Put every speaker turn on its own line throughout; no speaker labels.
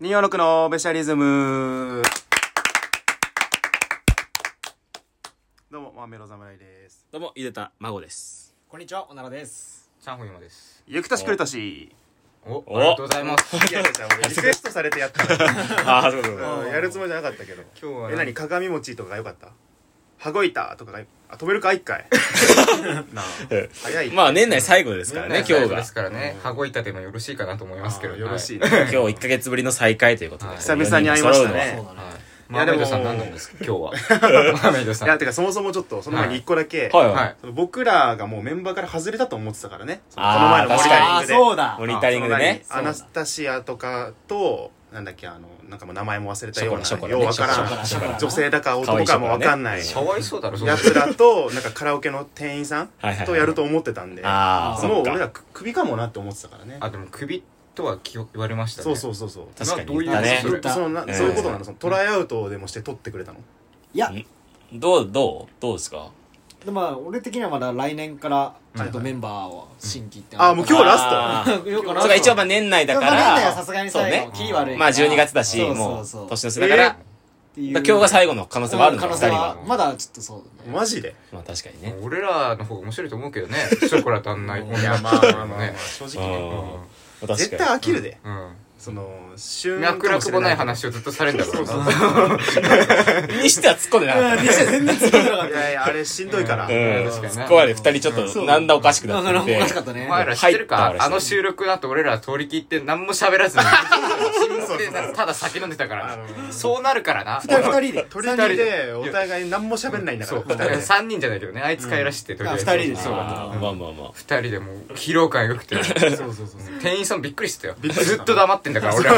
ニオノクのベシャリズムどうもマーメロ侍です
どうも、いでた孫です。
こんにちは、おならです。
チャンホンヨマです。
ゆくたしくれたし
お、
お
ありがとうござ います。
いやいや俺リクエストされてやったか
ああ、そうそう
らうんやるつもりじゃなかったけど
今日は
え何鏡餅とかがよかった羽子板とかがあ止めるか一回 なあ早い
まあ、年内最後ですからね、今日が
で。すからね、羽子板でもよろしいかなと思いますけど。
よろしい
い。
ね
今日1ヶ月ぶりの再会ということで。
はい
久々に会いました
そ
ね
うだね。
はい。
い
マ
や
ー
で
メ
も
イドさん何な んですか今日は。マーメイドさ
い
ん。
やてかそもそもちょっとその前に一個だけ、
はいはい。
はい。
その僕らがもうメンバーから外れたと思ってたからねその
あー
この前のモニ
確
タ
か
リング
に
あー、
で
そうだ。
モニタリングでね。
その何アナスタシアとかとなんだっけあのなんかもう名前も忘れたような
ショコラショコラ
ようわか
ショコラショコ
ら
ラ
ん女性だか男かもわかんない
かわいそうだろ、そんな
やつらとなんかカラオケの店員さん
はいはいはい
とやると思ってたんでも
ああ、
そう
そっ
俺
か。
らく首かもなって思ってたからね
あ、でも首とは気を言われましたね。
そうそうそうそう
確かに言っ
な
た
どういう
ね
そ。れ
そのな
えー
そういうことなのそのトライアウトでもして取ってくれたの
いや、
どう、どうどうですか
でもまあ俺的にはまだ来年から、ちょっとメンバーを新規って。
あーもう今日ラスト
ス
よく
そ
ラ
う
スト
か、一応まあ年内だから。
まあ年内はさすがに
そう
最
ね
後、。キー悪い
ま
か
あ
ら。
12月だし、
そう
も
そうそ
年の瀬だから、
っていう
今日が最後の可能性もあるの
可
か、
能
二
性
人
は
は。
まだちょっとそうだね。
マジで
まあ確かにね。
俺らの方が面白いと思うけどね。 ショコラとあんない
いやまあまあまあまあ正直ね
うん確
絶
か
対
に。
飽きるで
うん。
その旬
脈絡もない
かし
話をずっとされるんだろうな。
にしては突っ込んでなかった。
全然つけてなかっ
れないいやいやあれしんどいから
う
うん
ん。
確かにね
突っ込まれて二人ちょっと、なんだおかしく
た。な
なんってて
かおかしかったね
お。前ら知ってる
入っ
か
た
あの収録だと俺ら通り切って何も喋らずに沈黙でただ酒飲んでたからそうなるからな
二人で。
鳥人でお互い何も喋んないんだか
そ
ら
う
二人で
3人じゃないけどねあいつ帰らしてとりあえず
あ二人で
そう
あーまあまあまあ。
2人でもう疲労感よくて
そうそうそうそう
店員さんびっくりしてたよ
びっくりした
ずっと黙ってんだから俺ら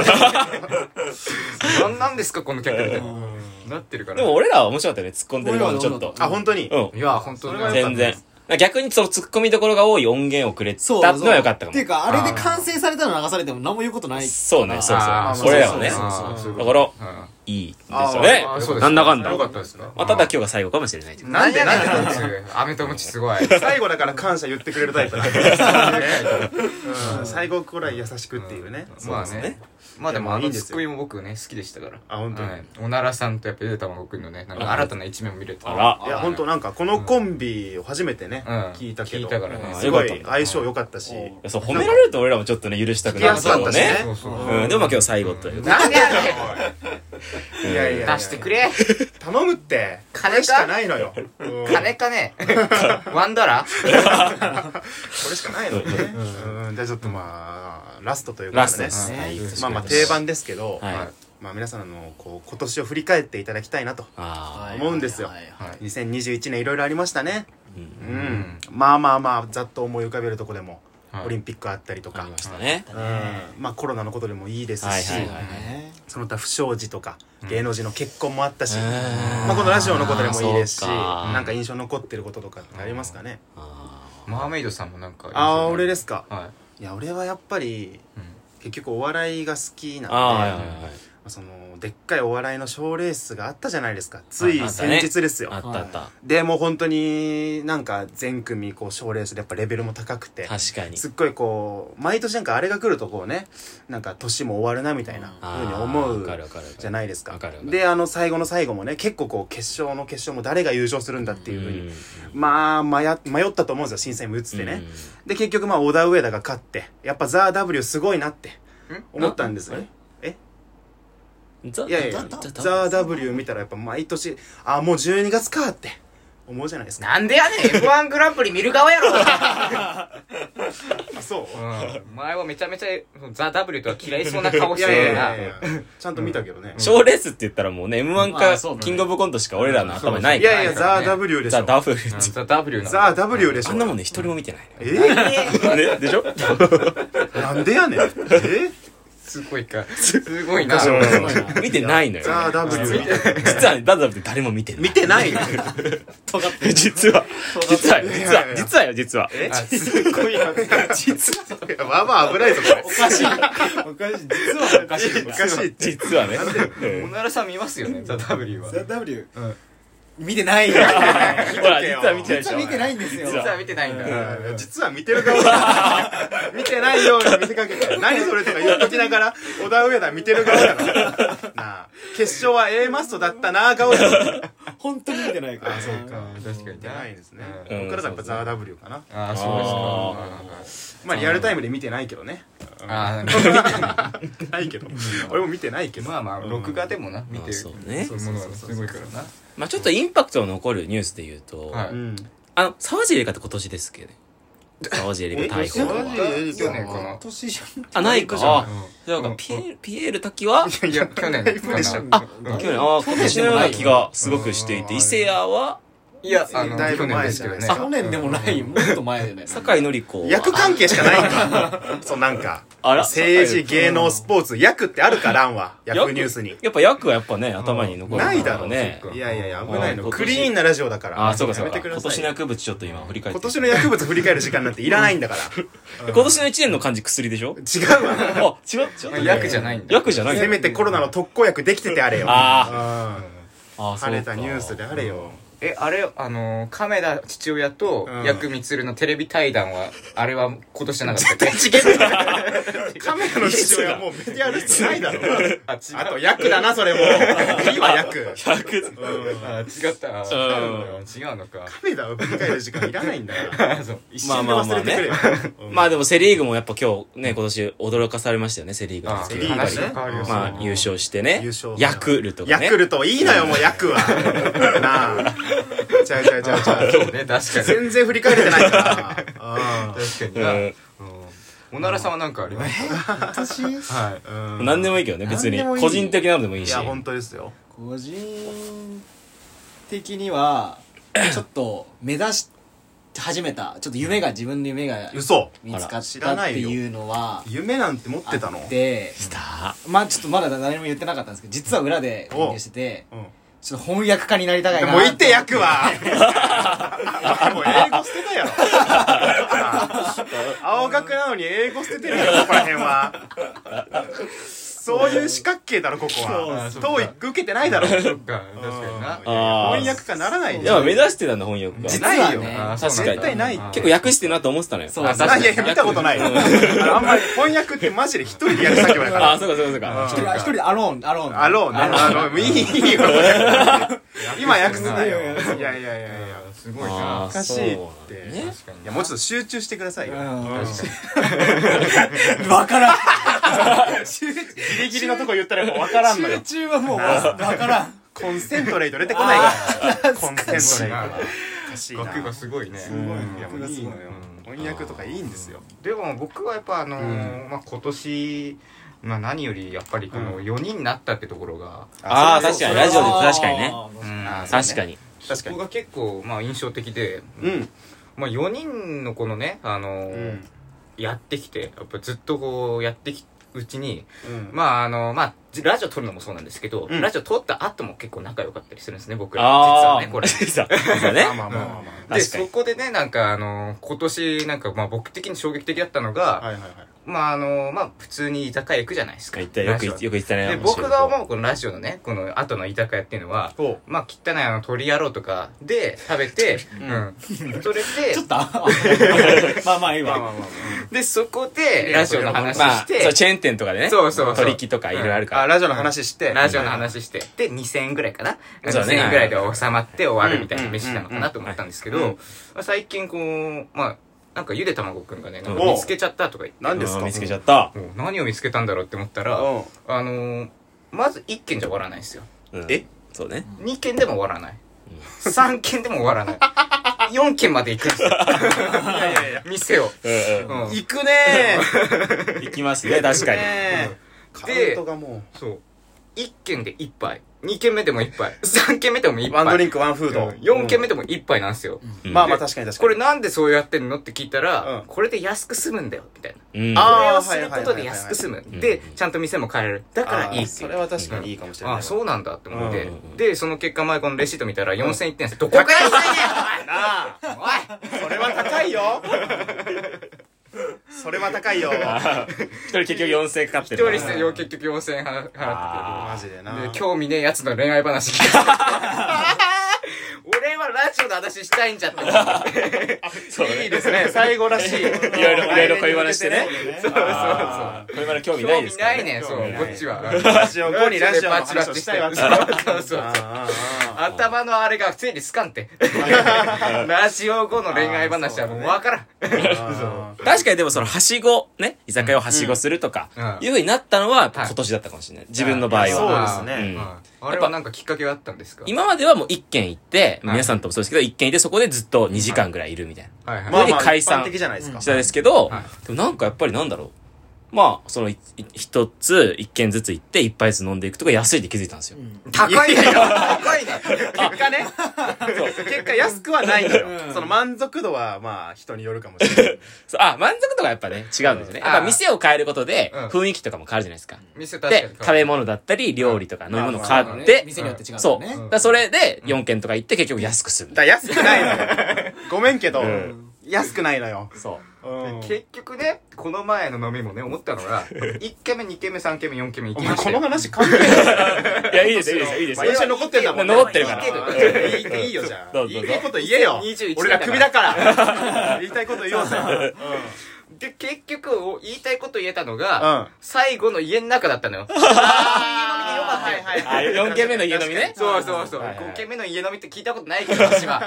何なんですかこの客みたいななってるか
で
ら
も俺らは面白かったよね、突っ込んでるのもちょっ
俺らは面白
と。
あ本当に
うん
い。や本当
それは良かっ
全然。逆にその突っ込みどころが多い音源をくれた
そ
の
う。
は良かったか
っていう
も。
か、あれで完成されたの流されても何も言うことない。
そうね、そう
あー
そう。俺らはね、
そうそうそう
あーそうい
だ
うこ
か
と
ら、
うん
いいです
あー
よね
あーそう。です
なんだかんだ。
よかったですね
まあ、ただ今日が最後かもしれないけど。
なんでなんでこいつアメとムチすごい
最後だから感謝言ってくれるタイプだ うん最後くらい優しくっていうね
まあ
そうです
ね
ね。
まあでもあ
いやまあいい
の
んで
ツ
す
ッ
よ
コミも僕ね、好きでしたから。
あ本当に
はいおならさんとやっぱゆでたまごくんのね、なんか新たな一面を見れた。
あら
いや本当なんかこのコンビを初めてね
うん
聞いたけ
聞
ど
いたからね
うんすご
よかっ
い
た
相性良かったし
うん
そう、褒められると俺らもちょっとね、許した
聞
く
き
な
や
る
すか
そ
っ
う
たしね
ね。
そうそう
うん、でもまあ今日最後ということで。
なんでやね
いやいやい
ん
や
出してくれ
頼むって
金か
金しかないのようんこ
金かねワンダラ
れしかないのよねうんじゃあちょっとまあラストというこ
ラ
と
ス
でね
トです。
ね
はい
まあまあ定。番ですけど
はい。
まあ皆さんのこう今年を振り返っていただきたいなと
あ
はい
思うんですよ
はいはい
はい
2021年いろいろありましたね
う
うんんまあまあまあざっと思い浮かべるとこでも
はい
オリンピックあったりと
あ
か
りましたね。
うんまあコロナのことでもいいですし
はいはいはい
ね
その他不祥事とか芸能人の結婚もあったし
うん
まあこのラジオのことでもいいですし
そうか
なんか印象残ってることとかってありますかね
あ
マーメイドさんもなんか。。
ああ俺ですすか
はい
や俺はやっぱり
い。
結局お笑いが好きなんで
ーあー、はいはいはい。
そのでっかいお笑いの賞ーレースがあったじゃないですかつい
ああった
先
ね
日ですよ
あったあっ
でもう本当になんか全組こう賞ーレースでやっぱレベルも高くて
た。確かに。
すっごいこう毎年なんかあれが来るとこうねなんか年も終わるなみたいな
あ
ふう
ー
に思う
わかるわかるわかる
じゃないですか
わかるわかる
であの最後の最後もね結構こう決勝の決勝も誰が優勝するんだっていうふうに、
うん
まあ迷迷ったと思うんですよ審査員も移ってね、で結局まあオダウエダが勝ってやっぱザ・ W すごいなって思ったんですよねえ
うんザ
いやいやザ・
ザ
W 見たらやっぱ毎年あもう12月かって思うじゃないですか
なんでやねん !F1 グランプリ見る側やろ
あそう
うん前はめちゃめちゃザ・ W とは嫌いそうな顔
い
し
や
て
いや
る
い
な
やい。やちゃんと見たけどね、
賞レースって言ったらもうね、M1
まあ
か
そうだ、ね
キングオブコントしか俺らの頭にない
い
から。
やいやザ・ W でし
ザ・
ょ
ダフル
うんザ・ W なの
ザ・ W でしょ
あんなもんね、一人も見てない
え
のよ。ねでしょ
なんでやねん。え
すごいか。すごいな。
見てないのよ。
ザ・ W 見て。
実はね、ダダブって誰も見てない。
見てない
尖ってる。
実は、実はよ、実
いやい
は、
や
実はよ、実は。
え
あす
すごいや実は。まあまあ危ないぞ、これ。おかしい。
おかしい。実はおかしいん
お
だ。
かしいって。
実はね。
おならさん見ますよね、ザ・ W は。
ザ・ W。見てないよ
ほら、実は見てないで
実
し
は
ょ。
見てないんですよ
実は見てないんだ。
うん実は見てる顔 見てないように見せかけて何それとか言っときながら小田上田見てる顔 だからなあ決勝は A マストだったなあ顔だから
本当に見てないから
確かに
見てないですね
うん
僕らだったらやっぱザ・ W かな
ああ、そうです
まあリアルタイムで見てないけどね
か。ああ、なんか
ないけど 俺も見てないけど
まあまあ、録画でもな、見
ま
て
あ
る。
そうね
そういうものはすごいからな。
まあちょっとインパクトの残るニュースで言うと、
はい
うん
あの、沢尻エリカって今年ですけどね。沢尻エリカ逮捕
え
は。
去年かな
今年じゃん
あ、ないか。
ない
あ
か
そうか、ピエール、ピエール滝はい
や、去年か
でしょ
な。あ、
去年、ああ、今年のような気がすごくしていて、
うん
伊勢谷は、
いや、あの、
だいぶ
去年
前
です
じゃ
け
な
ど
い
ね。
去年でもないもっと前でね
酒井紀子は。
役関係しかないんだそうなんか
あら
政治芸能スポーツ役ってあるか欄は
役
役ニュースに
やっぱ役はやっぱね、頭に残るから
ないだろう
ね。
そっか
いやいやいや危ない
あー今
の
年
クリーンなラジオだから
ああ、そうかそう
や
か。
めてくだ
今
さい
年の薬物ちょっと今振り返って。
今年の薬物振り返る時間なんていらないんだから
今年の1年の漢字薬でしょ
違うわ
あ、違う違う。
役じゃないんだ。
役じゃない
せめてコロナの特効薬できててあれよ
ああ
うん
あ、
晴れたニュースであれよ
え、あれ、あのー、亀田父親と、
うん
薬光のテレビ対談は、あれは今年じゃなかったっ け
カメラの父親はもうメディアルーツないだろ
あ、違
あ
う。
と薬だなそれも 今薬
役。
あ、違った。あ
うん
違うのか。
カメラを振り返る時間いらないんだから
そう
一瞬で忘れてくれようん
まあでもセリーグもやっぱ今日ね、今年驚かされましたよね、セリーグなん
あ
です
セ
けど
リーグ
やっぱり
話が変わるよ。
まあ優勝してね
優勝。
ヤクルトが
ヤ
ね。
クルトいいのよもうヤ クはなあちゃうちゃうちゃうちゃう
そうね、確かに。
全然振り返れてないから
確か
う
にな。
ん
おならさんは何かありますか
今年
はい。
うんうん
何でもいいけどね、別に
何でも。いい
個人的なのでもいい
い
し。
や本当ですよ
個人的にはちょっと目指し始めたちょっと夢が自分の夢が
嘘
見つかっ
知
た
ら
っ
な
て
いよ
いうのは
夢なんて持ってたの
あって
だ
まあちょっとまだ誰も言ってなかったんですけど実は裏で勉強してて
うん
ちょっと翻訳家になりたい
で
な
もういって役 はもう英語捨てた やろ青学なのに英語捨ててるやろここら辺はそういう四角形だろここは
そうそう
当育受けてないだろ
そっか、確か
あー
翻訳家ならない
い
でし
や
ょ
目指してたんだ、翻訳
実
が。
ない
は
よ
にな。
ね
あそうなんだ
絶対
ない
結構訳してるなと思ってたのよ。
そう
あ
確
あいやいや見たことないあのあんまり翻訳ってマジで一人でやる作業だか
あ、
ら
そうかそうか
一
そう
人
か。
一人でアローンアローン
あろうねあのいい いいよ今訳すなよ
訳
いやいやいやいや
あすごい
あ
な
ー。
おかしいって
そうなんだね
確かに
いやもうちょっと集中してくださいよ
うん
うん
わからん
ギリギリのとこ言ったらもう分からんのよ
集中はもうわからん
コンセントレート出てこないからコンセントレートがおかしいな
学がすごいね。す
うんいやもういいのよ
うん
翻訳とかいいんですよ
でも僕はやっぱあのーまあ今年、まあ何よりやっぱりこの4人になったってところが、
ああ、
そう
確かに、ラジオで確かにね。
うん
確かに。
確か
そこ
に
が結構まあ印象的で、
うん
まあ4人のこのね、あ
う
のー
ん
やってきて、やっぱずっとこうやってきうちに、
うん
まああの、まあ、じラジオ撮るのもそうなんですけど、
うん
ラジオ撮った後も結構仲良かったりするんですね、僕ら。実
あ
は
あ。
ね、これ。
実はね。
まあまあまあまあま
で、
確かに
そこでね、なんかあの、今年、なんかまあ僕的に衝撃的だったのが、
あはいはいはい
まああの、まあ普通に居酒屋行くじゃないですか。
言ったよく、よ
ラ
く
ジオ
言ってたね。
で、
面白い
僕が思うこのラジオのね、この後の居酒屋っていうのは、
そう
まあ汚いあの鳥野郎とかで食べて、うん。それで
ちょ、っとあ まあまあいい
まあ
わ
まあまあ
で、そこでラジオの話
ま
し
あ、そう、
て、
チェーン店とかでね。
そうそうそう
取引とかいろいろある
あ
か
ラジオの話して
ラジオの話して、で、2000円ぐらいかな。
そうだね
2000円ぐらいで収まって終わるみたい
うん
な飯なのかなと思ったんですけ
うん
ど、まあ最近こう、まあ、なんかゆでたまごくんがね、なんか
おう
見つけちゃったとか言って、
何
ら。
です
う
か
ん見つけちゃった。
もう何を見つけたんだろうって思ったら、あ
う
の
ん
ー、まず1件じゃ終わらないんですよ。
うん
え
そうね。
2件でも終わらない。3件でも終わらない。4件まで行くん ですよ。
いやいやいや
店を。
うん
うん
行くね
うん。行きますね、確
ー
かに。
ねーカ
で
ウントがも
そう。1件で1杯。2件目でも1杯。3件目でも1
う
杯。
ワンドリンクワンフード
4件目
で
でも1杯なんですよ。
うん
まあまあ確かに確か
こ
に
れなんでそうやってんのって聞いたら、
うん
これで安く済むんだよ、みたいな。
うん。
あー
これをすることで安く済む
いは。い
で
う、
ちゃんと店も変えられる。だからいい
あー
ってい
そうれは確かにいいかもしれない
ああ、そうなんだって思って
うんうんうん。
で、その結果前このレシート見たら4000いってんすよ。どこから行ったんや
なあ
おい
それは高いよそれは高いよ
あー 一人結局4000かかって
おい
る。
一人してよ結局4000円払ってて。
あ
マジでな
で、興味ねえやつの恋愛話聞いてちょうど私したいんじゃって思って
そうね
いいですね最後らしいいろ
いろいろ、いろいろ恋話してね。
そうそう
あー恋バナ興味な
興
いで
味
す
な
か
いねそうこっちは
ラジオ後にラジオの話をしたいわけだ
そうそうそう
あーあ
頭のあれが常にスカンってラジオ後の恋愛話はもう分からん
ーあー
確かにでもその、はしご、ね、居酒屋をはしごするとか、
うん
いう風になったのは、
はい
今年だったかもしれない。自分の場合
いや
は。
そうですね
うん
あれはなんかきっかけがあったんですか
今まではもう一軒行って、
はい
皆さんともそうですけど、一軒行ってそこでずっと2時間ぐらいいるみたい
はいはい
まあ
は
上に解散
一般的じゃないですか
な。したですけど、
は
でもなんかやっぱりなんだろう。まあ、その、いい一つ、一軒ずつ行って、一杯ずつ飲んでいくとか安いって気づいたんですよ。
高いね高いね
結果ね結果安くはないのよその満足度はまあ人によるかもしれない
そうあ、満足度がやっぱね、違うんですよね。
うん
やっぱ店を変えることで
うん、
雰囲気とかも変わるじゃないですか。
店確か
で
に、
食べ物だったり、料理とか飲み物変わっ
ね
て、
店によって違うんだ
そ
よ
う。
ね
だからそれで、4軒とか行って結局安くするみ
だ
た
か
い
ら安くないのよ ごめんけど
ん
安くないのよ
な。そう。
うん
結局ねこの前の飲みもね思ったのが1軒目2軒目3軒目4軒目行
お
き
前
まし
こ
た
の話関
よ
係ない
いや、いいですよ、いいですよ、いいです
まあ
よ
印。象に残ってんだもんね
残ってるから
いいけどいいよじゃ
ど
あ
うぞど
言
うぞ
いたいこと言えよ
2021
俺らクビだ から言いたいこと言おうぜ
で結局言いたいこと言えたの
うん
が最後の家の中だったのよ
あーはい
あ、4軒目の家飲みね。
そうそうそう。
はいはい
5軒目の家飲みって聞いたことないけど、私 は。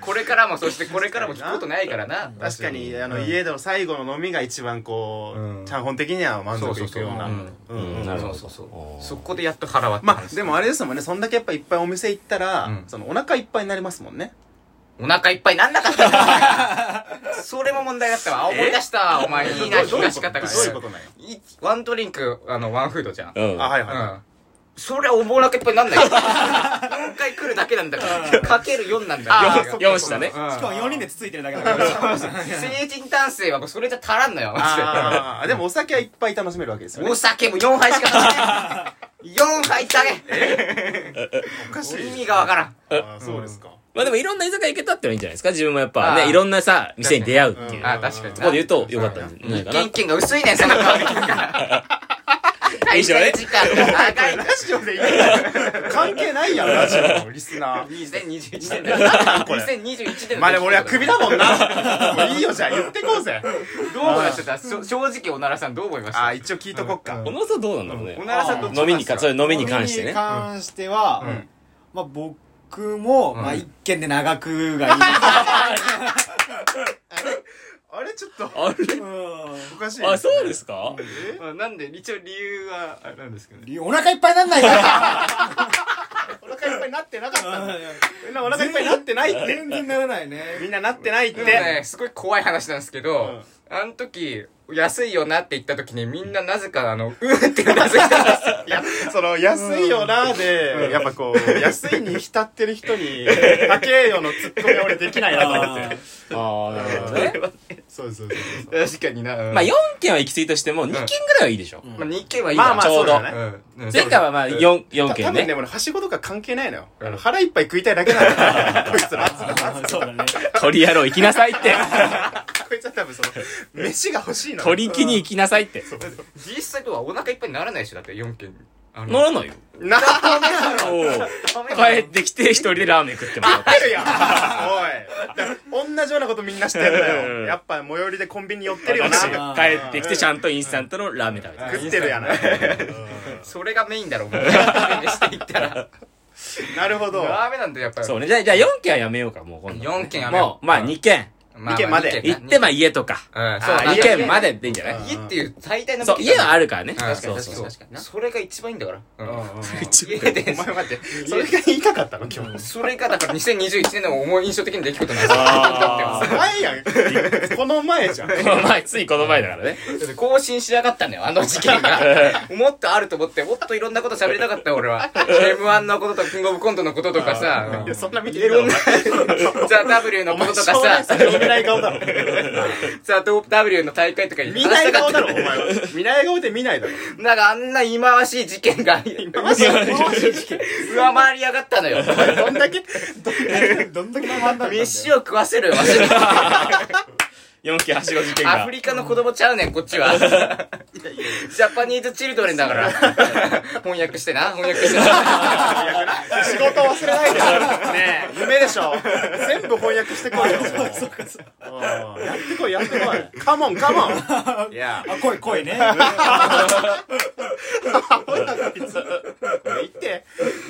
これからも、そしてこれからも聞くことないからな。
確かにあの家での最後の飲みが一番こ
うん
う基本的には満足いくような
そううそう
うんん、なるほど。
そうそう
おー
そこでやっと腹割った
ま
話。
あでもあれですもんねそんだけやっぱいっぱいお店行ったら、
うん
そのお腹いっぱいになりますもんね
お腹いっぱいなんなかったなそれも問題だったわ。 あ思い出した。お前、いいな、
ど
聞
うい
か
う
し
こと
方
ど
が
う。いうことなんよ
いワンドリンク、あの、ワンフードじゃん。
うん。
あはいはい、
うん。それはお腹いっぱいになんないよ。4回来るだけなんだから。かける4なんだ
あー
よ。
四品ね。
しかも4人でつついてるだけだか ら
成人男性はもうそれじゃ足らんのよ。マジで
ああでもお酒はいっぱい楽しめるわけですよね
お酒も4杯しか飲んでない4杯だ
おか
け意味がわからん
ああそうですか、
まあでもいろんな居酒屋行けたってのはいいんじゃないですか自分もやっぱ
あー
ね、いろんなさ、店に出会うっていう。
あ
あ確かに
そこで言うとよかったんじゃないかな
現。金が薄いねんその顔で聞くから
以上ね
滞在時間が長い
ラジオでいいの関係ないやんラジオのリスナー
2021年だ2021年の
まあでも俺はクビだもんなもういいよじゃあ言ってこうぜ
どう思いました正直おならさんどう思いまし
ああ
た
一応聞いとこっか、
小野さんどうなんだろうね
お。ならさんどっち
飲みに
か
か、それ飲みに関して
飲み
ね。
に関しては、
ん
まあ僕も、
ん
まあ一軒で長くがいい。
あれちょっと
あれ
う
おかしい
あ、そうですか
なんで一応理由はあれなんですけどね
んお腹いっぱいなんな いから。
お腹いっぱいになってなかったんだみんなお腹いっぱいになってないって
全然ならないね。
みんななってないっ
で
て、
もねすごい怖い話なんですけどあの時安いよなって言った時にみんななぜかあのう ーってうなずいたんですよ
いや、その、安いよなーで、やっぱこう、安いに浸ってる人 に、高えよのツッコミは俺できないなと思って。
ああ、なるほどね。
そうそうそうそ
確かにな
まあ4軒は行き過ぎとしても2軒ぐらいはいいでしょ。
まあ、2軒はいい
ま
か
あまあ、
ちょ
そうう
ど
だね。
うんうん
前回はまあ4、四
多
軒
分
ね
ね、。俺、はしごとか関係ないのよ。あ
う
の
ん
腹いっぱい食いたいだけなんだよ。こいつら、
そうだね。
鳥野郎行きなさいって。
こいつは多分その、飯が欲しいのよ。
鳥木に行きなさいって。
実際とはお腹いっぱいにならないでしょだって4軒あ
ならないよ。
なあ、
おお。帰ってきて一人でラーメン食ってもらう。
あるやん。おい。同じようなことみんなしてんだ
う
よ。
ん
やっぱ最寄りでコンビニ寄ってるよな。
私
食
が帰ってきてちゃんとインスタントのラーメン食べてる。
ってるやな。
それがメインだろもうしていったら
なるほど。
ダメなんだよやっぱり
そうね。じゃあ、じゃあ4軒はやめようか、もう今度。
4軒やめよう
もう、まあ2軒。
まあまあ
二軒まで
二
行
な
って、まあ家とか。
うんそう
あ
だ
あ、
ね
意見まででいいんじゃない
家っていう最大の
そう、家はあ
る
るからね。
確か
そ
に
う
確
そうそう
かに確かにそれが一番いいんだからうん家
一
で
お前待って、それが言いたかったの今日。
それがだから2021年の思い印象的に出来事なんですよ
あ
前やん。この前じゃん。
この前、ついこの前だからね。
更新しやがったんだよ、あの事 件が。もっとあると思って、もっといろんなこと喋りたかったよ、俺は。M1 のことと、キングオブコントのこととかさ
い、や、そんな見てね
い
えだ
ろん
ろ
な。、 ザ・ W の
お
こ
前
とと
将
か
来
さ
先、の見ない顔だろ。
ザ・ W の大会とかに
見ない顔だろ、お前
話したか
は。
っ
見ない顔で見ないだろ。
たなんかあんな忌まわしい事件が、忌まわしい事件上回りやがったのよ。
どんだけ、
どんだけ回んだったんだよ
飯を食わせるよ、わしら
い 4K はしご事件
ア
が
フ。リカの子供ちゃうねん、こっちは。ジャパニーズチルドレンだ から。翻訳してな、翻訳してな。
仕事忘れないでねえ夢でしょ全部翻訳してこいようんやってこいやってこいカモンカモンいや
あ、来い来い ね。
これ言って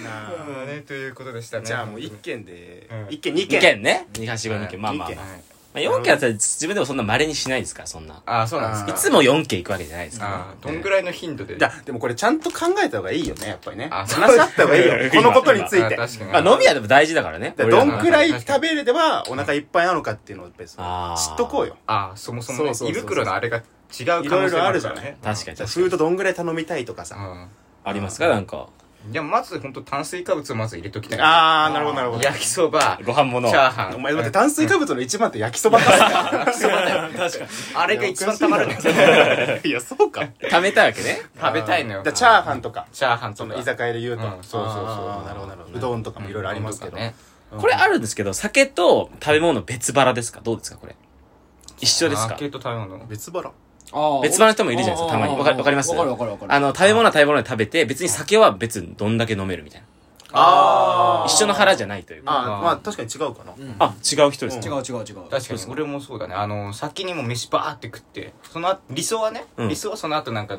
なあ
ね、ということでしたね。
じゃあもう1件で
うん
1件2
2
件
件ね。はしご2件。まあまあ
二件
まあ。まあ 4K だったら自分でもそんな稀にしないですから、そんな。
ああ、そうなんですか。
いつも 4K 行くわけじゃないですから
ああ、どんぐらいの 頻度で。
だでもこれちゃんと考えた方がいいよねやっぱりね
あ
話し合った方がいいよ
そ
こ
う
のことについ
あ
て
確かに。
まあ飲み屋でも大事だからね。
で
俺ら
ど
の
んくらい食べれればお腹いっぱいなのかっていうのをやっぱりそ
あ
の
ー
知っとこうよ
ああ、そもそもね
そうそうそうそう
胃袋のあれが違う
い
可
ろ
能
い
性
ろ
も
あ
あ
る
る
じ
か
ゃ
ら
ない
ね。
確かに
じゃあ
確
フー
かに。
ドどんぐらい頼みたいとかさ
うん。
ありますかなんか。
じゃあまず本当炭水化物をまず入れときたい。
ああなるほどなるほど
焼きそば、
ご飯物
チ。ャーハン。
お前待って炭水化物の一番って焼きそば か
あれが一番たまるんだよ。
いやそうか
食べたいわけね。
食べたいのよ。
だチャーハンとか
チャーハン
そ
と
の
か。
居酒屋で言うと、
うん
そうそうそう
あー
なるほどなるほどうどんとかもいろいろありますけど、
ね。
これあるんですけど、酒と食べ物別腹ですかどうですかこれ。一緒です
マ
か
ーケット食べ物。
別腹
あ
別腹の人もいるじゃないですか、たまに。わかわかります
わかるわかるわかる。
あの、食べ物は食べ物で食べて、別に酒は別にどんだけ飲めるみたいな。
あ
一緒の腹じゃないというか。
あーまあ確かに違うかな、
うん、
あ、違う人です
違
か
う違う違う。
確かに俺もそうだねあの先にもう飯バーって食ってその後理想はね、
うん
理想はその後なんか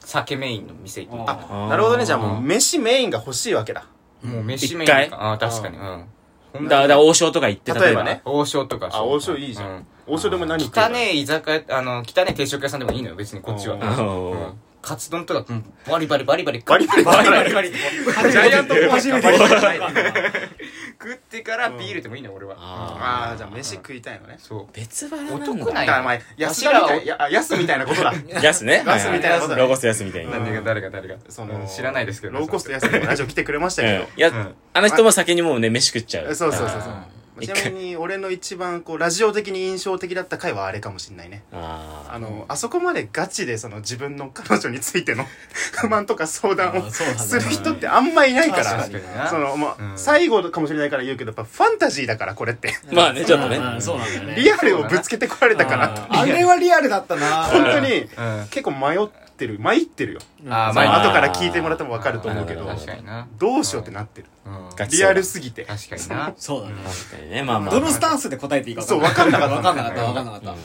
酒メインの店行くみたい
あ
あ
あー
なるほどねじゃあもう飯メインが欲しいわけだ
なもう飯メイン
一回
かああ確かにうんほん
だ
と
だから王将とか行って、
例えばね
王将とか
あ王将いいじゃん、王将でも何食う
汚ねえ居酒屋あの汚ねえ定食屋さんでもいいのよ別にこっちは、
お
あ
うん
のー
カツ丼とかうんバリバリバリバリ
バリバリバリバリ
バリ
ジャイアントコーンしかバリバリない
食ってからビールでもいいのよ俺は
あ
ああじゃあ飯食いたいのね
そう
別腹なんだ。
男な
だ
い
からまあ安田みたいやあ安みたいなこと だ
やすね。
安みたいなことだね
ロゴスやすみたいな
う。ん
何が誰が誰が
その
知らないですけど
ローコスト安でもラジオ来てくれましたけ
え
ど
えいや、
うん
あの人も先にもうね、飯食っちゃ
え
う。
そうそうそうそう
あ
ちなみに俺の一番こうラジオ的に印象的だった回はあれかもしんないね
あ
あの、あそこまでガチでその自分の彼女についての 不満とか相談を
あそうだね
する人ってあんまいないか
確
ら
かに、
その、まあ
う、ん
最後かもしれないから言うけど、やっぱファンタジーだからこれって、
あ。まあね、ちょっとね。
うんそうなんだよね。
リアルをぶつけてこられたから、
あれはリアルだっ たな。
本当に
うん
結構迷ってる、参ってるよ。あ
あー
の
まあ
後から聞いてもらってもわかると思うけ
あ
ど
ー、
確かにな
どうしようってなってる。
うん
ガチ
リアルすぎて。
確かにな
そうだね。
確かにね、まあまあ。
どのスタンスで答えていいか
そう、わかんなかった。
わかんなかった、わかんなかっ
う
た
ん。
い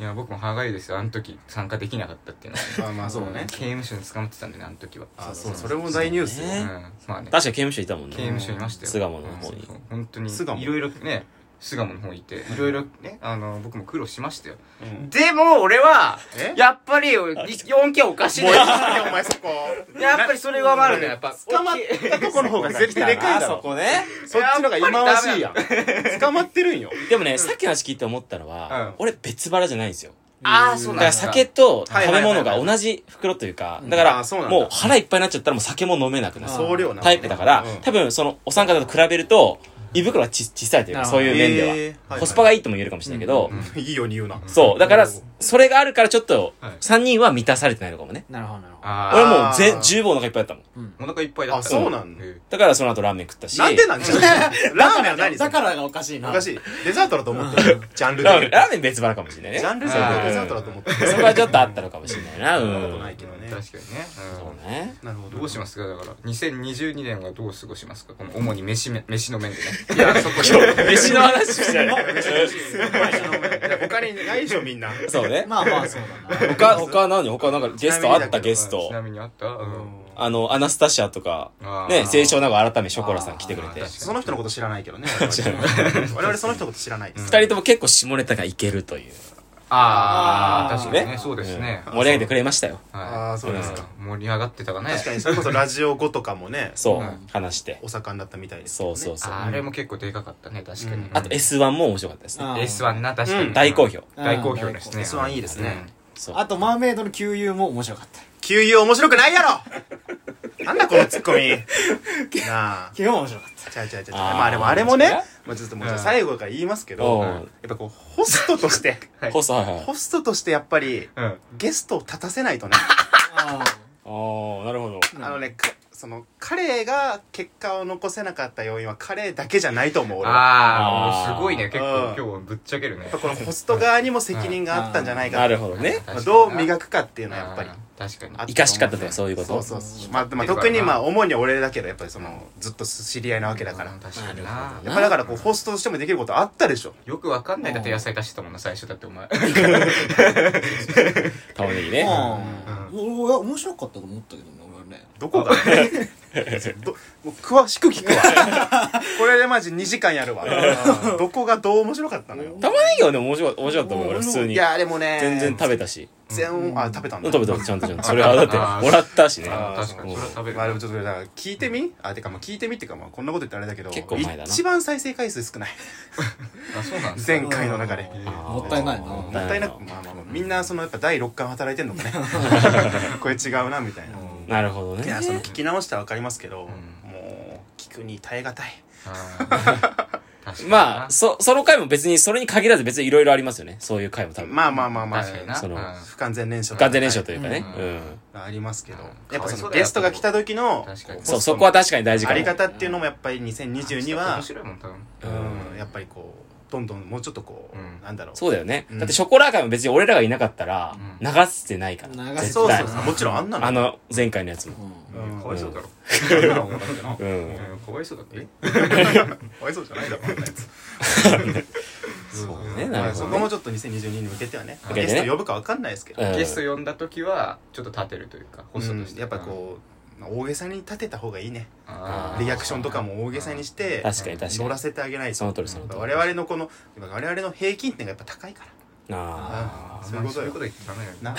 や僕も歯がゆいですよあの時参加できなかったっていうの
ま
は
あまあ、そうね。
刑務所に捕まってたんでねあの時は
あ、そう、それも大ニュース
そう
よ。
ね
うんまあ
確
ね
かに刑務所いたもんね。
刑務所いましたよ
巣鴨の方に
うんそう本当に
巣鴨
いろいろね巣鴨の方にいていろいろねあの僕も苦労しましたよ
うん
でも俺は
え
やっぱり 4K おかしい
も
ね
ういいよ、お前そこ。
やっぱりそれ上回るねやっぱ
捕まったとこの方が絶対でかいだろ。
こね。
そっちのが忌まわしいやん。捕まってるんよ。
でもね、さっきの話聞いて思ったの
う
は
ん、
俺別腹じゃないんですよ。
ああそ
だ
うなん
から
だ
酒と食べ
はいは
物
いは
が
いはい
同じ袋というか、だ
あ
か
ーそうなん
ら、
だ
もう腹いっぱいになっちゃったらもう酒も飲めなくなる。
総量なのね
タイプだから
うん、
多分そのお三方と比べると、胃袋はち小さいというか、
なる
そ
ほ
う
ど
いう面で
えー
は。
はい
コスパがいいとも言えるかもしれないけど
うんう、ん
いいように言うな。
そう。だから
うん、
それがあるからちょっと
はい、
三人は満たされてないのかもね。
なるほど、なるほど。
俺
あ
はもう全、十分お腹いっぱいだったもん。
あお腹いっぱいだった
あそうなんだ
え
だからその後ラーメン食ったし。
なんでなんじゃラーメンは何
だからがおかしいな。
おかし
い。
い。デザートだと思ってる。ジャンル
ラーメン、
で。
ラーメン別腹かもしれないね。
ジャンルでデ
あー
ザートだと思ってる。
そこはちょっとあったのかもしれないな。う
そんなこと
ん。
ないけどね
え。確かにねうん
そうね。
なるほど。
どうしますすかだから2022年はどう過ごしますかこの主に飯め飯の面でね
い や、そこ
飯の話しかない。
他にないでしょ、みんな。
そうね。
まあまあ、そうだな。
他、他何他なんかゲストあったゲス
ち
ト
な。みにあったうん
あの、アナスタシアとか
あ、ー
ね、清少納言改めショコラさん来てくれて
あー。
その人のこと知らないけ どね。我々その人のこと知らないです。
二人とも結構下ネタがいけるという。
ああ確かに
ね
ねそうですね
うん盛り上げてくれましたよ。
あ
は
あ、そうですか。
い盛り上がってたかね
確かに、それこそラジオ後とかもね、
そう
うん。
話して。
お盛んだったみたいですけど
そ
ね。
うそうそう。
あれも結構でかかったね確かに
うん
あと S1 も面白かったですね。
あ
S1 な確か
うん
に
大好評
うん大好評ですね
S1 いいですね
そう。
あと、マーメイドの旧友も面白かった。
給油面白くないやろなんだこのツッコミ。なあ。
旧友も面白かっ
ちゃうちゃうちゃう。
あー
まああれも、あれもね
そうね、
まあちょっともうじゃあ最後から言いますけど、
おう
やっぱこう、ホストとして、
はい
ホスト、はいはい。
ホストとしてやっぱり、
うん
ゲストを立たせないとね、
た。あ
ああ、なるほど。
あのね、かその彼が結果を残せなかった要因は彼だけじゃないと思う俺は
あ
あ
あ、
ー
もうすごいね。結
う
構
ん
今日はぶっちゃけるね
やっ。ぱこのホスト側にも責任があったんじゃないか
な
と
るほどね。
まあどう磨くかっていうのはやっぱり
あー。確かに。
あったと思う
生かし方とかそういうこと
そうそうそうまあまあ特にまあ主に俺だけどやっぱりそのずっと知り合いなわけだから
うん
や
確かに
なる
な
ほ。ど
っぱだからこうホストとしてもできることあったでしょ
よくわかんないだって野菜出してたもんな、最初だってお前。
玉ねぎね。
あーおいや面白かったと思ったけどね俺はね
どこ がどもう詳しく聞くわこれでマジ2時間やるわどこがどう面白かったのよ
玉ねぎはね、面白かった、面白かったもん、俺普通
い
に。
やでもね
全然食べたし。
全然あ食べたんだ
食べた、ちゃんとちゃんと。それはだって、
あー
もらったしね。
あー
ー
確かに、それは食べる
まあでもちょっとだから聞いてみあてかまあ聞いてみっていうかまあこんなこと言ってあれだけど
結構前だな
一番再生回数少ない
あ、そうなんですか
前回の中で
うん
あー
もったいないな
もっ
もった
た
い
い
な
な
くまあまあまあみんなそのやっぱ第六感働いてんのか ねこれ違うなみたいな
なるほど
い
ね
や。その聞き直したら分かりますけど、
う
もう聞くに耐え難い
あ ー
まあ、そ、その回も別に、それに限らず別にいろいろありますよね。そういう回も多分。
まあまあまあまあ
確かにな。
その
うん
不完全燃焼
不完全燃焼というかね。
は
う
い
ん。
ありますけど
うん
やっぱそ
かわいそ
の
うだよ
ゲストが来た時の
確かに
そう、そこは確かに大事
あ
か
り
も。
方っていうのもやっぱり2022は
面、白いもん、多分。
うん、やっぱりこうどんどんもうちょっとこう、
うん
なんだろう
そうだよね。
うん
だってショコラ会も別に俺らがいなかったら
うん、
流せてないから。
流
絶対
そ
そうう
そ
そうう
そ
そううもちろんあんなの
あ の、前回のやつも。
う
うん
かわいそうだろ。
う。
うんんかわいそうだって。
かわいそうじゃないだろあんなやつ
そうね、
ま
なる
あ
ほ
そ
ど
こ
ね。
もちょっと2022に向けてはね
向け
ゲ
てね
スト呼ぶか分かんないですけど、
うん
ゲスト呼んだ時は、ちょっと立てるというか、ホストとし
うん
て。
やっぱこう、まあ大げさに立てた方がいいね
あー
リアクションとかも大げさにして
確かに確
乗
からに。
せてあげない
そ
と
の通りその通
我々のこの我々の平均点がやっぱ高いから
り。あ
あー
そういうこと
そう
よ
いうこと言っちゃダメだよ
な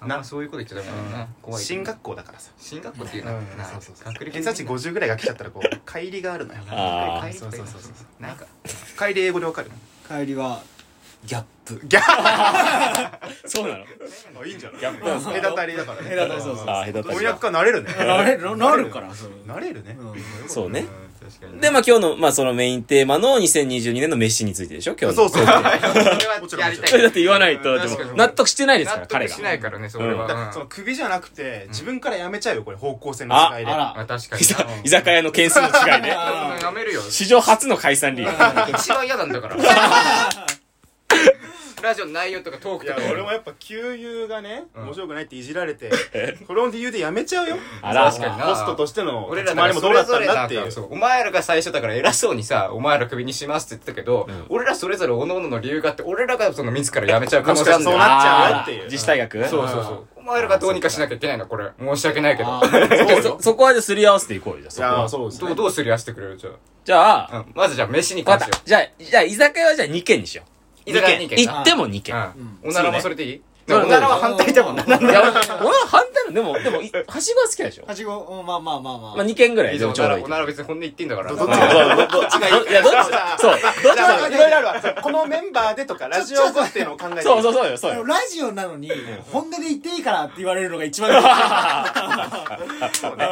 あんまそういうこと言っちゃダメだよな怖い
進学校だからさ
進学校っていうのはな
そうそうそう
学歴
偏差値50ぐらいが来ちゃったらこう帰りがあるのよ
あー
帰り
そうそうそうそう
なんか
帰り英語でわかる
帰りはギャップ
ギャッ
あ。そうなの
いいんじゃない
ギャップなんすか
隔たりだからね
隔たりそうそう
あー、下手
翻
し
訳家なれるね
なれるなるからそれ
なれるね
うん
そうね。
確かに
で、まあ今日の、まあそのメインテーマの2022年の飯についてでしょ今日
そ
の。
うそう
それは
もちろん
やりた
それ だ
い
って言わないと、で
確か
も
に
納得してないですか
納
ら、彼
得
が
し。ないからねそれは
う
うんん
その首じゃなくて自分からやめちゃうよこれ方向性の違いで
あら
あ 確か
居酒
に
居酒屋の件数の違い ね。
うんや めるよ
史上初の解散理由。
一番嫌なんだから ラジオの内容とかト
い
ークと
や
か
俺もやっぱ給油がね
うん
面白くないっていじられてこの理由でやめちゃうよ
あら
確かにな
ホストとしての
俺
俺
ら
ら
だか
周りも
らそ
どうだっ
れぞ
たん
れ
だ
な
っ
ん
ていう
かそうお前らが最初だから偉そうにさお前らクビにしますって言ってたけど、
ん
俺らそれぞれ各々の理由があって俺らがその自ら辞めちゃう可能性ある
もしかしたら
んだよ
そうなっちゃうよ
あー
っていう
自治体学
そうそうそうお前らがどうにかしなきゃいけないのこれ申し訳ないけど
あー
そう
そ
よ
そこはじゃあすり合わせていこうよ、
い
じゃあそこ
やそ
は。
うです
どう
ね
どうすり合わせてくれるじゃ
じゃ
あ、
あ、
うん、まずじゃあ飯に
わ
関
かっ
して
た。じゃあ、じゃあ居酒屋はじゃあ2軒にしよう。
居酒屋
二
二軒
行っても2軒。
よう
うん
んおならもそれでいい、で
そう
も
ね
おならは反対だもんな
いや、俺は反対なの。でも、でも、いはしごは好きなんでしょ
はしごうんまあまあまあまあ
まあ2軒ぐらい
いい
で
ぞ
も
お
ちょう
な
ど
ら
いい
お。なら別に本音言っていいんだから
どど
まあどどどっちがいいいや、どっち、そう、どっち
だから
が
いろいろあるわそうこのメンバーでとかラジオ後っていうのを考えて
そうそうそうよ、そう
あの
よ。
ラジオなのに本音で言っていいからって言われるのが一番 そうね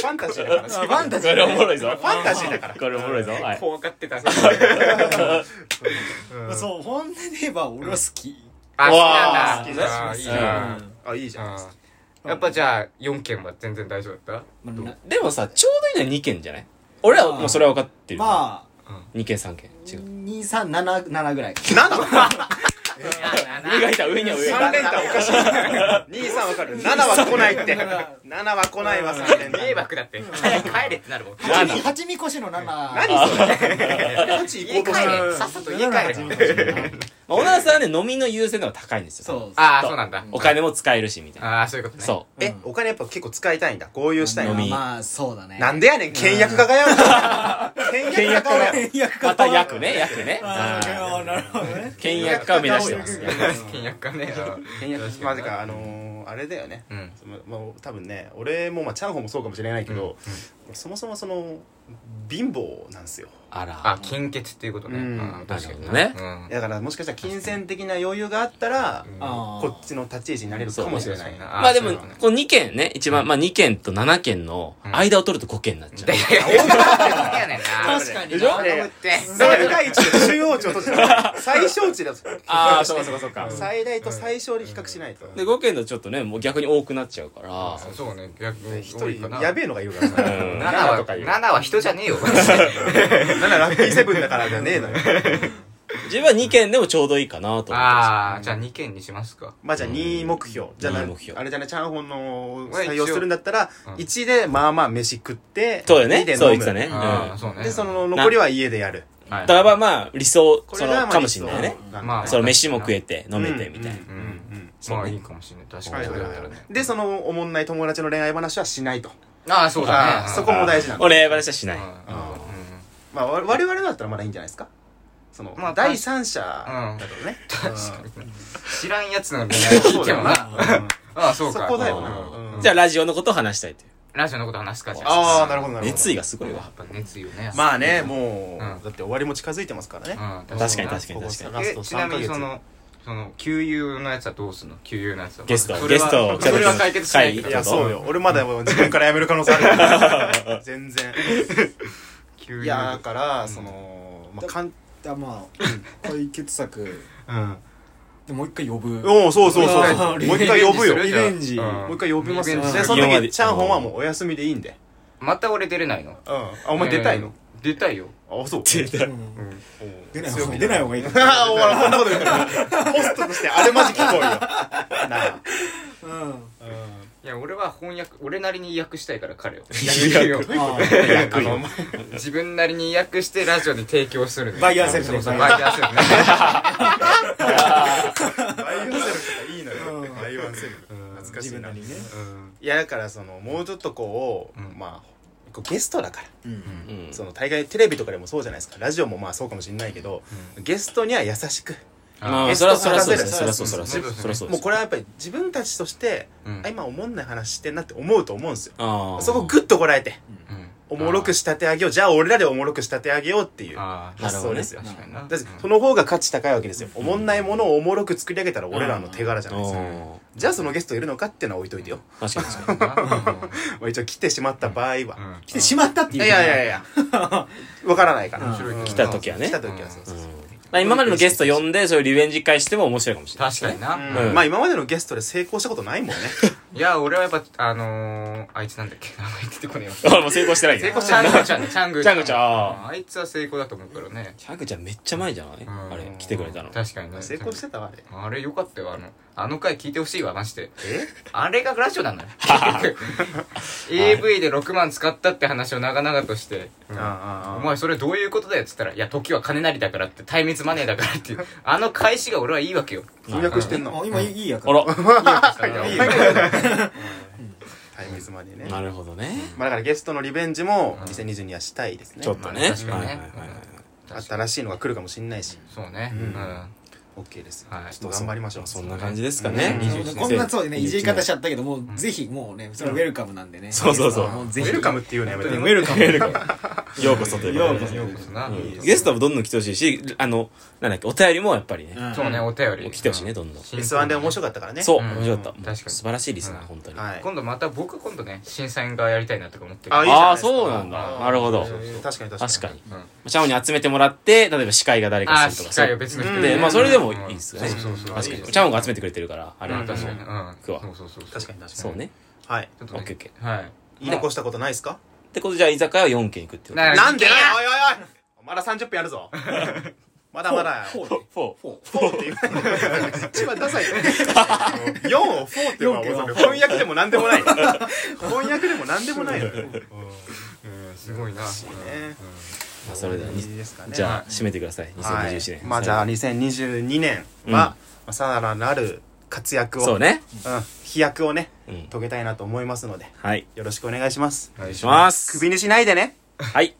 ファンタジーだから
ファンタジ
こ
ー
れおもろいぞ。
ファンタジーだから
これおもろいぞ。はい。
怖がってたあ好
まあそう本音で言えば俺は好き
好き
きなん
だ
だあーいいな
うん
あいいじゃん
うんやっぱじゃあ4件は全然大丈夫だっ
まあな
でもさ、ちょうどいいのは2軒じゃない俺らはもうそれは分かってる。
まあ
2軒3軒。違う。
2377ぐらい
た
上がいた、上には上が
3
いた。
連単おかしい2 3わかる7は 来ないって7は来ないわ3連単
迷惑だって早く帰れってなるもん
なんだ
八みこしの7
何それこっち
家
行こ
帰
うとして
れ
る
さっさと家帰れ
まあ、オナラさんはね、飲みの優先度が高いんですよ。
そう
ああそうなんだ
お金も使えるし、みたいな。
ああそういうことね
そ
えお金やっぱ結構使いたいんだ合流したい
飲み
な
まあそうだね
なんでやねん倹約家がやる倹約家がやる
倹約
う。
家
また役ね、役ね。
あ
うん
ーあーなるほどね
倹約家を目指してます。
倹約かね
倹約まずかあのーあれだよね
うん
そのまあ多分ね俺もまあチャンホもそうかもしれないけど、俺そもそもその貧乏なんですよ
あら。
あ、金欠っていうことね。
うん
うん確かに
なるほどね
うん
だからもしかしたら金銭的な余裕があったら
あー
こっちの立ち位置になれるかもしれないな
まあでも
そうだね、
この2件ね、一番、まあ2件と7件の間を取ると5件になっちゃう。
いやいや、そうやねんな。
確かにな
でしょ頼むって。
最大値と中央値を閉じて最小値だと
ああ、そうかそうかそうか。
最大と最小で比較しないと
で、5件だとちょっとね、もう逆に多くなっちゃうから。
そうね、逆に
一
多いか
人
な。
やべえのがいるから な
うん
7は、7は人じ ゃねえよ。
7ラッキーセブンだからじゃねえのよ
自分は2件でもちょうどいいかなと思って
ああ、じゃあ2件にしますか。
まあじゃあ2位目標じゃあな
二位目標
あれじゃないチャンホンの
まあ一応
採用するんだったら
うん
1でまあまあ飯食って
そうだ
二
よ
で
ね。
飲
そう言っ
む
てたね。
あ
う
あ、
ん。
そうね。
でその残りは家でやる
はい、
だからまあ、理想、
が
そ
まあ
の、かもしんないね
理。想なんだ
まあ
その、飯も食えて、飲めて、みたいな。
うんうんうん
まあいいかもしれない。確かにそうだったらね。
でそのおもんない友達の恋愛話はしないと
ああ、そうだ
あー
ね。
そこも大事なんだ
俺、話はしない。
まあわ我々だったらまだいいんじゃないですかその
まあ
第三者
うん
だとね確か
知らんやつの恋愛聞いてもな。ああ、そ
そうう
か。
こだよ
うん
な
じ
あ
ゃあ、ラジオのことを話したいという。
ラジオのこと話すか、じゃ
あーなるほどなるほど
熱意がすごい
や
わ
っ。ぱ熱意をね。
まあねもう
うん
だって終わりも近づいてますからね
あ、うん、
確かに
に
確かに確かに。
ラス
え
ト
ちな
3
み
ヶ
に
月
そのその給油のやつはどうすんの給油のやつは
ゲスト
それは
ゲストを
それは解決しないけど
いやそうよ俺まだもう自分から辞める可能性ある から全然
給
い
油
やだ
の
からそのまあかん
だまあ解決策
うん
でもう一回呼ぶ
おおそうそうそう
あ
も
ー
う一回呼ぶよ
リ
も
リ
ベ
ベ
ン
ン
ジ
ジ
じゃあ
う一回呼びますよ
リベンジ
でその
今まで
時チャンホンはもうお休みでいいんで
また俺出れない
う
の
んあお前出たいの
えー出たいよ
あそう
うん出ない方が出ない方がいい
ああ、ほら、こんなこと言ってる。ホストとしてあるまじき行為よ。なあ。
うん
いや俺は翻訳俺なりに訳したいから 彼を訳を
あ
あの、
自分なりに訳してラジオに提供するの
バイヤーセルフ
そうそう
バイ
バイヤーセルフね
バイオンセルフがいいのよ
うん。
バイオンセルフ。懐
ー
かし
自
い
分
な。
なり
い
にね
や、だから、その、もうちょっとこう
うん、
まあ、こうゲストだから。
うん
うん
その、大概テレビとかでもそうじゃないですか。ラジオもまあそうかもしれないけど、ゲストには優しく。
ま
ゲ
あ、
ス
そ
ト
らそらそ
話
うで
せる
すね。そらそうそらそう
そうですね
そらそうで
もう
す。
これはやっぱり自分たちとして、
うん
あ、今おもんない話してんなって思うと思うんですよ。
ああ。
そこグッとこらえて、
うん
おもろく仕立て上げよう。じゃあ俺らでおもろく仕立て上げようっていう
あー
発想ですよ。
確かにな
だってその方が価値高いわけですよ、おもんないものをおもろく作り上げたら俺らの手柄じゃないですか、
うん
じゃあそのゲストいるのかっていうのは置いといてよ、
確かに確か
うんうん
まあ、一応来てしまった場合は、
うん
来てしまったって
い
いう
やいやいやいや わからないから、
うん
うん
来た時はね
来た時はそうそう
に。
そう
うん今までのゲスト呼んで、そういうリベンジ会しても面白いかもしれない。
確かにな
うん
うん
まあ今までのゲストで成功したことない もんね
いや、俺はやっぱ、あのー、あいつなんだっけ名前出てこねえ わ。
あ、もう成功してない
成
ね。
功チャングちゃんね、チャング
チャングちゃんあ
あいつは成功だと思うからね。
キャグちゃんめっちゃ前じゃない
うん
あれ、来てくれたの。
確かにね。
成功してたわあれ
あれよかったよ、あの、あの回聞いてほしいわ、マジで。
え
あれがラジオ なのよ。AV で6万使ったって話を長々として、うん
あああ
お前それどういうことだよって言ったら、いや、時は金なりだからって、対密マネーだからっていう、あの返しが俺はいいわけよ。
翻訳してんの
あ今いいやか
あ
ら
ら。
いやいいよタイムズまでね
なるほどね。
まあだからゲストのリベンジも2022はしたいですね
ちょっとね。
確かに
はいはい
ね
はいはい
新しいのが来るかもしんないし
そうね。
うん
うん。
OK ですよ、
はい
ちょっと頑張りましょう
そんな感じですか
う
ね
ん。
21世紀
こんなそうねいじり方しちゃったけどもうぜひもうねそれウェルカムなんでね
そうそうそう
も
ウ
ぜひ
ェルカムっていうのやめて
ウェルカム
ようこそということでね
ようこそな。
うんゲストもどんどん来てほしいし、あの、なんだっけ、お便りもやっぱりね、
そうね、お便り。
来てほしいね、どんどん。
S1 で面白かったからね
そう、
うん
面白かった。
確かに
素晴らしいリスナー、
うん
本当に。
はい
今度また僕今度ね審査員側やりたいなとか思ってる
あいいじゃ
あ
ない
あ、
ですか
そうなんだ。なるほど。
確かに確かに
確かに。
うん
チャオに集めてもらって、例えば司会が誰
あ
か
ー
するとか
司
そう
会を別の人
うん
で、まあそれでもいいですよね。
そうそうそう
確か
いい
に。
です
チャオが集めてくれてるから、あれ
う
は
ん
確
確
か
か
に
にうん
くわ
そうそうそう
確かに確かに
そうね。
はい
ちょっと
オ
ね
ッケーオッケ
はい
言い残したことないですか
ってことでじゃあ居酒屋は4軒行くってこと
な
なんで
い
な
け
い
や
おいおいおいまだ30分やる ぞまだまだ
フォー
フォーフォー
4って言う一番ダサい4を4って言うのはもう翻訳でも何でもない 翻訳でも何でもないのよ
うんすごいな
ね
まあそれでは、
いいですかね
じゃあ締めてください。2021年。
まあじゃあ2022年
うん
はまあさらなる活躍を
そうね。
うん飛躍をね
うん。
遂げたいなと思いますので
はい。
よろしくお願いします
お願い
します。
首にしないでね
はい。